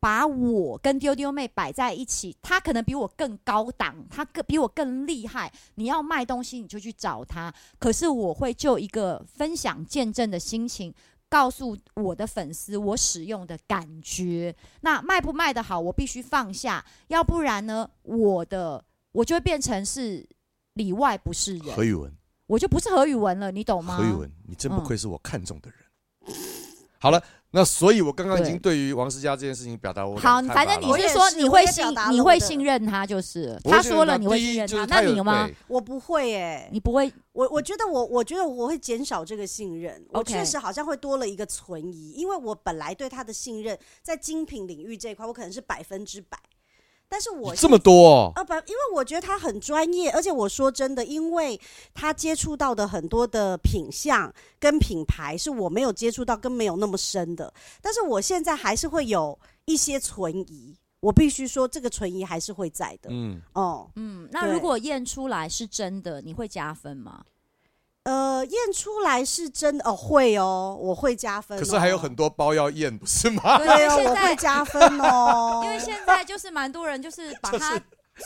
E: 把我跟丢丢妹摆在一起，她可能比我更高档，她更比我更厉害。你要卖东西，你就去找她。可是我会就一个分享见证的心情，告诉我的粉丝我使用的感觉。那卖不卖得好，我必须放下，要不然呢，我的我就会变成是里外不是人，
D: 宇文，
E: 我就不是何宇文了，你懂吗？
D: 何宇文，你真不
E: 嗯
D: 愧是我看中的人。好了，那所以，我刚刚已
E: 对
D: 经对于王思佳这件事情表达我的
E: 好，
D: 看法
E: 反正你
D: 了
C: 我也
E: 是说
C: 是
E: 你
C: 我
E: 会
C: 也
E: 信
C: 表达，了
E: 你
C: 我
E: 会
C: 的
E: 信任他就是，
D: 我会
E: 他
D: 信
E: 说
D: 任
E: 了
D: 他
E: 你会
D: 第一
E: 信任
D: 就是
E: 那
D: 有
E: 你吗
D: 对？
C: 我不会耶，
E: 你不会
C: 我我觉得我我觉得我会减少这个信任，我
E: OK
C: 确实好像会多了一个存疑，因为我本来对他的信任在精品领域这一块，我可能是百分之百，但是我
D: 这么多哦、
C: 啊不，因为我觉得他很专业，而且我说真的，因为他接触到的很多的品相跟品牌是我没有接触到，跟没有那么深的。但是我现在还是会有一些存疑，我必须说这个存疑还是会在的。
D: 嗯，
C: 哦，
E: 嗯，那
C: 对
E: 如果验出来是真的，你会加分吗？
C: 呃，验出来是真的哦，会哦，我会加
E: 嗯
C: 分、哦
D: 可是还有很。多包要验，不是吗？ <laughs>
E: 对，啊
C: 对
E: 因为 <laughs> 现
C: 哦，我会
E: 在
C: 加分哦。
E: <laughs> 因为现在就是蛮多人就是把他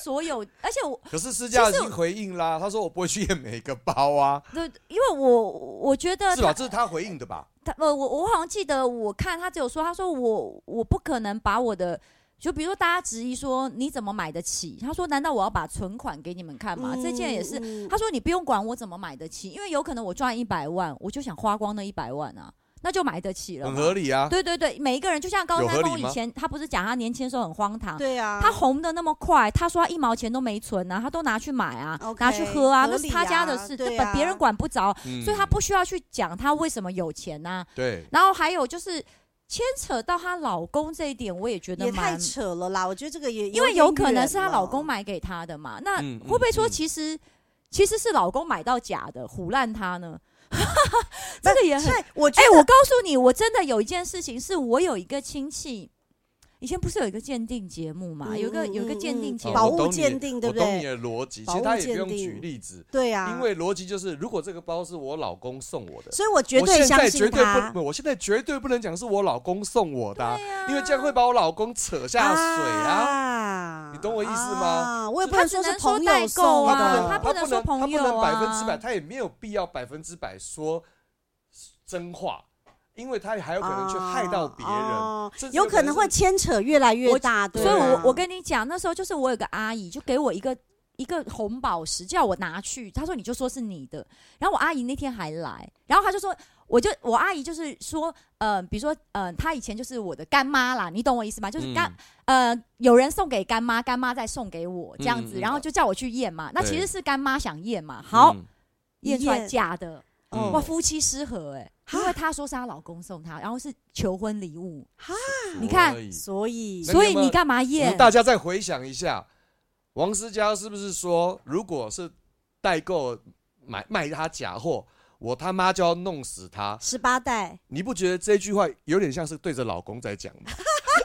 E: 所有，而且我
D: 可是私家已
E: 其实
D: 经回应啦，他说我不会去验每一个
E: <laughs>
D: 包啊，
E: 对，因为我我觉得
D: 是吧？这是他回应的吧？
E: 他呃，我我好像记得，我看他只有说，他说我我不可能把我的，就比如说大家质疑说你怎么买得起，他说难道我要把存款给你们看吗？这件也是，
C: 嗯
E: 他说你不用管我怎么买得起，因为有可能我赚一百万，我就想花光那一百万啊，那就买得起了
D: 很
E: 嘛。
D: 合理啊。
E: 对对对，每一个人就像高
D: 有合
E: 山
D: 理
E: 峰以
D: 吗
E: 前，他不是讲他年轻的时候很荒唐，
C: 对啊，
E: 他红的那么快，他说他一毛钱都没存啊，他都拿去买啊
C: OK，
E: 拿去喝啊，
C: 合
E: 那是
C: 理
E: 他家的
C: 啊
E: 事，
C: 对
E: 这本别
C: 啊
E: 人管不着，
D: 嗯
E: 所以他不需要去讲他为什么有钱呐、
D: 对，
E: 然后还有就是牵扯到她老公这一点，我也觉得
C: 也太
E: 蛮，
C: 扯了啦！我觉得这个也
E: 因为
C: 有
E: 有
C: 点
E: 可能
C: 远
E: 是她
C: 了
E: 老公买给她的嘛，那
D: 嗯嗯
E: 会不会说
D: 嗯
E: 其实、其实是老公买到假的，唬烂她呢？
C: <laughs>
E: 这个也很
C: 对，我觉
E: 哎、
C: 得
E: 我告诉你，我真的有一件事情，是我有一个亲戚，以前不是有一个鉴定节目嘛，有一
C: 嗯
E: 个有一个鉴定节
D: 哦
E: 目，
C: 保
D: 我懂
C: 物
D: 你
C: 鉴定，对
D: 我
C: 不
D: 懂你
C: 对？
D: 的逻辑，其
C: 保
D: 实
C: 护
D: 他也不
C: 鉴
D: 用
C: 定
D: 举例子，
C: 对啊，
D: 因为逻辑就是，如果这个包是我老公送我的，
C: 所以我绝
D: 我现
C: 对相
D: 在
C: 信
D: 绝对
C: 他
D: 不，。我现在绝对不能讲是我老公送我的啊、
E: 对啊
D: 因为这样会把我老公扯下水啊。
C: 啊
D: 你懂我意思吗
C: 啊我也不
E: 他
C: 能
E: 只
C: 是
E: 能说
C: 朋
E: 代
C: 友
E: 购
C: 送
E: 啊
C: 的，
E: 他不能说朋
D: 他不
E: 友
D: 能百分
E: 啊
D: 之百，他也没有必要百分之百说真话，因为他还有可能去害到别人，
C: 哦
D: 甚至
C: 有可能会
D: 是
C: 牵扯越来越
E: 我
C: 大。对
E: 所以我
C: 啊
E: 我跟你讲，那时候就是我有个阿姨，就给我一个一个红宝石，叫我拿去，她说你就说是你的。然后我阿姨那天还来，然后她就说，我就我阿姨就是说，呃，比如说，呃，她以前就是我的干妈啦，你懂我意思吗？就是干、
D: 嗯
E: 呃，有人送给干妈，干妈再送给我这样
D: 嗯
E: 子，
D: 嗯
E: 然后就叫我去验嘛。那
D: 对
E: 其实是干妈想验嘛，好，
D: 嗯
E: 验出来
C: 验
E: 假的，
D: 嗯
E: 哇，夫妻失和哎、因为她说是她老公送她，然后是求婚礼物，你看
D: 所以
C: 所以
D: 那
E: 所
D: 你有
E: 以
D: 没有
E: 你干嘛
D: 我
E: 验
D: 们？大家再回想一下，王思佳是不是说，如果是代购买卖他假货，我他妈就要弄死他？
C: 十八代
D: 你不觉得这句话有点像是对着老公在讲
E: <laughs>
D: 吗？
E: 你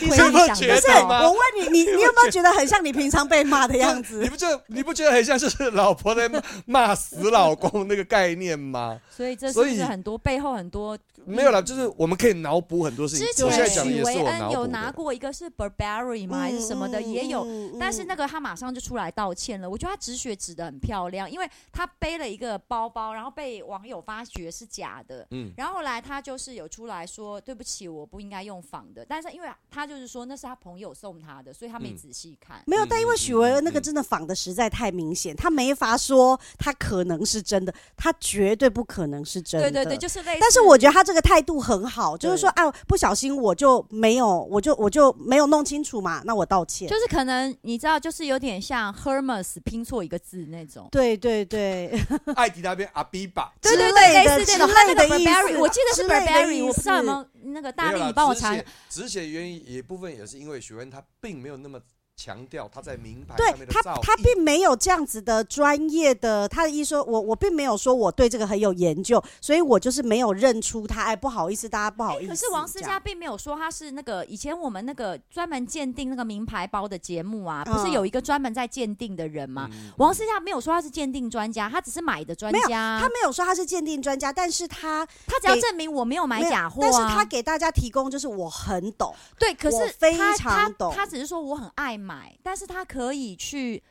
D: 你不觉
C: 不是
D: 得吗
C: 我？问你，你你有没有觉得很像你平常被骂的样
D: <laughs> 你
C: 子？
D: 不觉得你不觉得很像就是老婆在骂骂死老公那个概念吗？
E: 所以这是
D: 所
E: 不是
D: 以
E: 很多背后很多？
D: 没有啦，就是我们可以脑补很多事情。
E: 嗯之
D: 我现
E: 前
D: 在讲的
E: 许
D: 也是
E: 维
D: 我
E: 恩
D: 脑
E: 有
D: 补
E: 拿
D: 的。
E: 过一个是 Burberry 吗？还是什么
C: 嗯
E: 的也有。
C: 有
E: 但是那个他马上就出来道歉了，我觉得他止血止得很漂亮，因为他背了一个包包，然后被网友发觉是假的，
D: 嗯，
E: 然后后来他就是有出来说对不起，我不应该用仿的，但是因为他就是说那是他朋友送他的，所以他没
D: 嗯
E: 仔细看。
C: 没有，
D: 嗯
C: 但因为许
D: 嗯
C: 维
D: 嗯
C: 恩那个
D: 嗯
C: 真的仿的实在太明显，他没法说他可能是真的，他绝对不可能是真的。
E: 对对对，就是类似。
C: 但是我觉得他这个态度很好，就是
E: 对
C: 说，哎、不小心我就没有，我就我就没有弄清楚嘛，那我道歉。
E: 就是可能你知道，就是有点像 Hermes 拼错一个字那种。
C: 对对对，
D: 艾迪那边阿比吧，
C: <laughs>
E: 对对
C: 之
E: 对，
C: 类
E: 类
C: 的
E: 似这种，
C: 之
E: 他
C: 类
E: 那个
C: 的意
E: Burberry，
C: 思
E: 我记得是
C: 之类的
E: Burberry，
C: 意
E: 我不知道有
C: 思
E: 没有那个
D: 没
E: 大
D: 有
E: 力，
D: 啦
E: 你帮我
D: 止
E: 查
D: 血。止血原因也部分也是因为许文他并没有那么强调他在名牌上
C: 对
D: 面的
C: 他
D: 造
C: 他
D: 诣
C: 并没有这样子的专业的，他的意思说，我我并没有说我对这个很有研究，所以我就是没有认出他。哎，不好意思，大家不好意思。
E: 可是王思
C: 这
E: 佳
C: 样
E: 并没有说他是那个以前我们那个专门鉴定那个名牌包的节目啊，
C: 嗯
E: 不是有一个专门在鉴定的人吗？
D: 嗯
E: 王思佳没有说他是鉴定专家，他只是买的专
C: 没有
E: 家啊。
C: 他没有说他是鉴定专家，但是他
E: 他只要
C: 给
E: 证明我没有买
C: 没有
E: 假货
C: 但是他
E: 啊。
C: 给大家提供就是我很懂，
E: 对，可
C: 我
E: 是
C: 非
E: 他他
C: 常懂
E: 他只是说我很爱买，但是他可以去，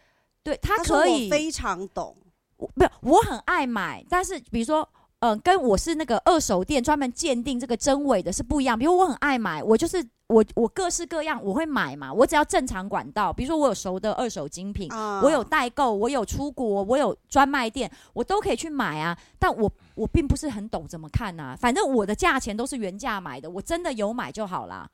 E: 对他
C: 说
E: 可以
C: 我非常懂。
E: 我不是，我很爱买，但是比如说，嗯、跟我是那个二手店专门鉴定这个真伪的是不一样。比如我很爱买，我就是我我各式各样我会买嘛，我只要正常管道，比如说我有熟的二手精品，
C: 啊
E: 嗯我有代购，我有出国，我有专卖店，我都可以去买啊。但我我并不是很懂怎么看呐、啊，反正我的价钱都是原价买的，我真的有买就好啦。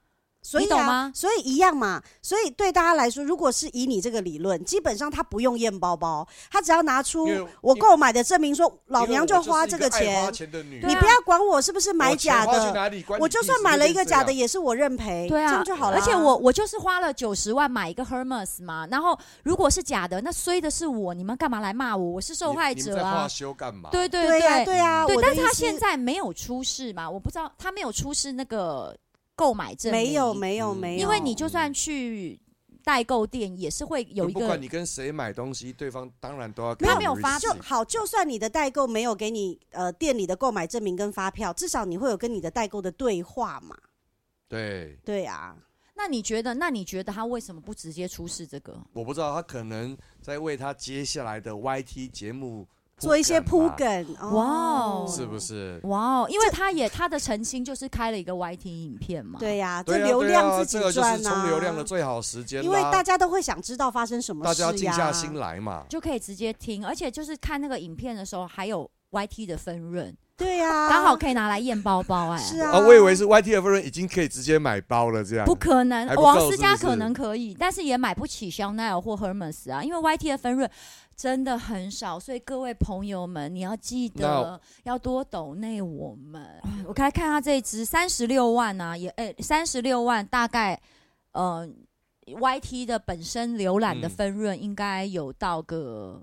C: 所以、啊、
E: 你懂吗
C: 所以一样嘛。所以对大家来说，如果是以你这个理论，基本上他不用验包包，他只要拿出
D: 因为
C: 我购买的证明说，老娘
D: 就
C: 花这
D: 个爱
C: 钱
D: 花，钱的女
E: 对
C: 你
E: 啊
C: 不要管我是不是买
D: 我钱
C: 假
D: 花去
C: 的，
D: 哪里关你
C: 我就
D: 屁
C: 算
D: 事
C: 买了
D: 就
C: 一个
D: 这
C: 假
D: 样
C: 的，也是我认赔，
E: 对啊，
C: 这样就好了。
E: 而且我我就是花了九十万买一个 Hermes 嘛，然后如果是假的，那衰的是我，你们干嘛来骂我？我是受害
D: 你你们
E: 者
D: 在
E: 啊
D: 化！修干嘛？
E: 对对啊
C: 对呀
E: 对
C: 对呀，
E: 对
C: 我的
E: 但是
C: 意
E: 他
C: 思
E: 现在没有出示嘛，我不知道他没有出示那个购买证明，
C: 没有没有
D: 嗯
C: 没有，
E: 因为你就算去代购店也是会有一
D: 不管
E: 个
D: 你跟谁买东西，对方当然都要
E: 没有没有发
D: 就
E: 就
C: 好，就算你的代购没有给你呃店里的购买证明跟发票，至少你会有跟你的代购的对话嘛？
D: 对，
C: 对啊，
E: 那你觉得？那你觉得他为什么不直接出示这个？
D: 我不知道他可能在为他接下来的 YT 节目
C: 做一些铺
D: 吧，
C: 梗。哦
E: 哇哦
D: 是不是？
E: 哇哦，因为他也他的澄清就是开了一个 YT 影片嘛，
C: 对呀、
D: 对
C: 这
D: 啊
C: 流
D: 对
C: 量
D: 啊
C: 自己
D: 这个就
C: 赚
D: 是
C: 呐、
D: 冲流量的最好时间啦，
C: 因为大家都会想知道发生什么事、
D: 大
C: 呀。
D: 家要静下心来嘛。
E: 就可以直接听，而且就是看那个影片的时候还有 YT 的分润，
C: 对呀、
E: 刚好可以拿来验包包哎、
C: 啊是
D: 啊，我以为是 YT 的分润已经可以直接买包了，这样
E: 不可能
D: 还，不够
E: 王思佳
D: 是不是
E: 可能可以，但是也买不起香奈儿或 Hermes 啊，因为 YT 的分润真的很少，所以各位朋友们，你要记得要多抖内我们。哎我看看他这一支三十六万啊，也哎三十六万大概呃 YT 的本身浏览的
D: 嗯
E: 分润应该有到个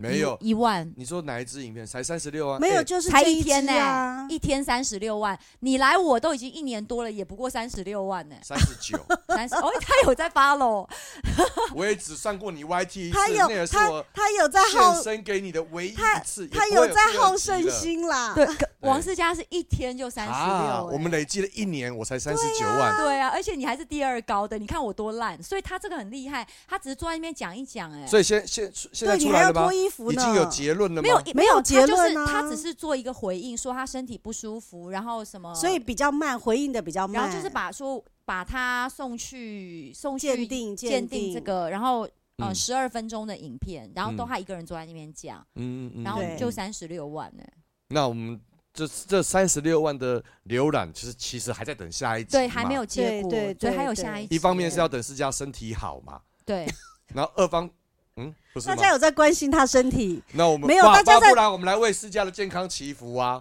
D: 没
E: 一
D: 有。
E: 一万。
D: 你说哪一支影片才三十六啊？
C: 没有，
D: 哎
C: 就是
E: 才
C: 这啊
E: 一天
C: 呢、
E: 呢、一天三十六万，你来我都已经一年多了，也不过三十六万呢、
D: 三十九，
E: 三十哦，他有在 follow，
C: <laughs>
D: 我也只上过你 YT 一次，
C: 他
D: 那
C: 有
D: 也是
C: 他
D: 我
C: 他有在
D: 献
C: 好
D: 身给你的唯一
C: 他
D: 一次。也
C: 他
D: 不会
C: 有
D: 有
C: 在
D: 第二
C: 好
D: 集
C: 胜
D: 的
C: 心啦。
E: 对，可王思佳是一天就三十
D: 啊！
E: 六，欸
C: 哎
D: 我们累积了一年，我才三十九万。
E: 对啊，而且你还是第二高的，你看我多烂，所以他这个很厉害，他只是坐在那边讲一讲、哎，
D: 所以现现现在
C: 对你
D: 出
C: 还
D: 来
C: 要
D: 了吗
C: 脱？衣服
D: 已
C: 呢，
D: 经有结论了吗？
E: 没有
C: 没有哦
E: 他
C: 结论
E: 就是
C: 啊
E: 他只是做一个回应，说他身体不舒服，然后什么，
C: 所以比较慢，回应的比较慢。
E: 然后就是把说把他送去送去
C: 鉴定
E: 鉴定这个，然后呃
D: 嗯
E: 十二分钟的影片，然后都
D: 嗯
E: 他一个人坐在那边讲，
D: 嗯嗯
E: 然后
C: 对
E: 就三十六万呢、哎
D: 那我们这这三十六万的浏览，其实其实还在等下一集，
E: 对，还没。有结
C: 对
E: 果，
C: 对
E: 所以
C: 对
E: 还有
C: 对
E: 下一集，
D: 一方面是要等世家身体好嘛，
E: 对。
D: 然后二方嗯不是
C: 大
D: 吗？
C: 家有在关心他身体，
D: 那我们
C: 没有
D: 哇
C: 大家
D: 哇
C: 在
D: 不然我们来为世家的健康祈福啊！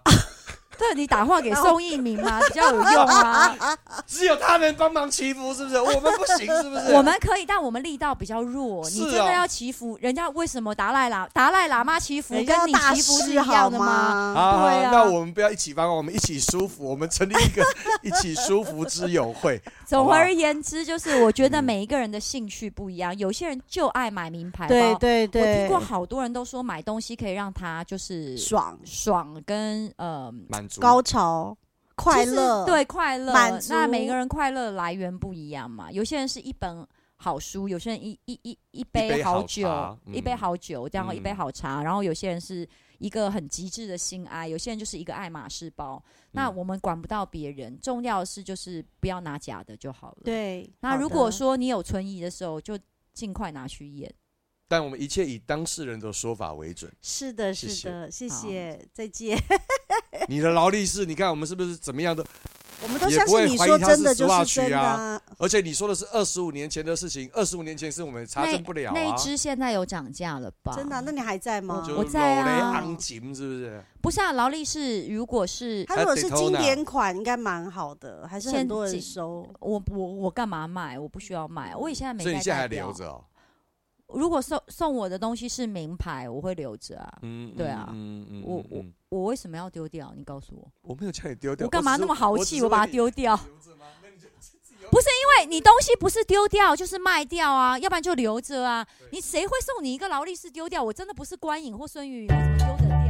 E: 对你打电话给宋一鸣吗？比较有用啊
D: <laughs>
E: 吗？
D: 只有他能帮忙祈福，是不是？我们不行，是不
E: <laughs>
D: 是？
E: 我们可以，但我们力道比较弱。你
D: 是
E: 真
D: 哦
E: 的要祈福，人家为什么达赖喇达赖喇嘛祈福
C: 人家
E: 哎跟你
C: 大
E: 祈福是一
C: 师
E: 样
C: 好
E: 的吗？
C: 吗？
D: 好好好
E: 对啊
D: 那我们不要一起帮忙，我们一起舒服，我们成立一
E: <laughs>
D: 个一起舒服之友会。
E: 总
D: 好
E: 而言之，就是我
C: 嗯
E: 觉得每一个人的兴趣不一样，有些人就爱买名
D: 啊
E: 牌包。
C: 对对
E: 我
C: 对，
E: 听过好多人都说买东西可以让他就是
C: 爽、
E: 爽跟呃
D: 满足
C: 高潮、快
E: 就是
C: 乐，
E: 对快乐
C: 满足
E: 那每个人快乐来源不一样嘛，有些人是一本好书，有些人一一一一
D: 一杯
E: 杯
D: 好
E: 好
D: 茶
E: 酒，
D: 嗯
E: 一杯好酒，然后一杯
D: 嗯
E: 好茶，然后有些人是一个很极致的心爱，有些人就是一个爱马仕包。那
D: 嗯
E: 我们管不到别人，重要的是就是不要拿假的就好了。
C: 对。
E: 那
C: 好
E: 如果
C: 的
E: 说你有存疑的时候，就尽快拿去验。
D: 但我们一切以当事人的说法为准。
C: 是的，
D: 谢
C: 是
D: 谢
C: 的，谢
E: 好
C: 谢，再见。
D: 你的劳力士，你看我们是不是怎么样的？
C: 我们都
D: 也
C: 相
D: 不
C: 信
D: 会
C: 你
D: 怀疑
C: 说
D: 他
C: 真
D: 是
C: 的就是真
D: Swatch
C: 的
D: 啊
C: 啊，
D: 而且你说的是二十五年前的事情，二十五年前是我们查证不了
E: 那一
D: 啊。
E: 支现在有涨价了吧？
C: 真的啊。那你还在吗？
D: 就
E: 我
D: 是
E: 在啊
D: 老雷昂金是不是？
E: 不是啊，劳力士如果是
C: 他如果
D: 还
C: 是
D: Daytona
C: 经典款，应该蛮好的，还是很
E: 现
C: 多人
E: 金
C: 收。
E: 我我我干嘛买？我不需要买，我以前还没
D: 所以你
E: 带
D: 现在还
E: 代
D: 留
E: 表。
D: 着哦？
E: 如果送送我的东西是名牌，我会留着啊。
D: 嗯，
E: 对啊
D: 嗯嗯嗯
E: 我
D: 嗯嗯
E: 我为什么要丢掉？你告诉我，
D: 我没有叫你丢掉，
E: 我干嘛
D: 只是
E: 那么豪
D: 只
E: 气？
D: 是
E: 我把它
D: 问你
E: 丢
D: <laughs>
E: 掉？ <laughs> 不是因为你东西不是丢掉就是卖掉啊，要不然就留着啊。你谁会送你一个劳力士丢掉？我真的不是关颖或孙宇瑶，怎么丢得掉？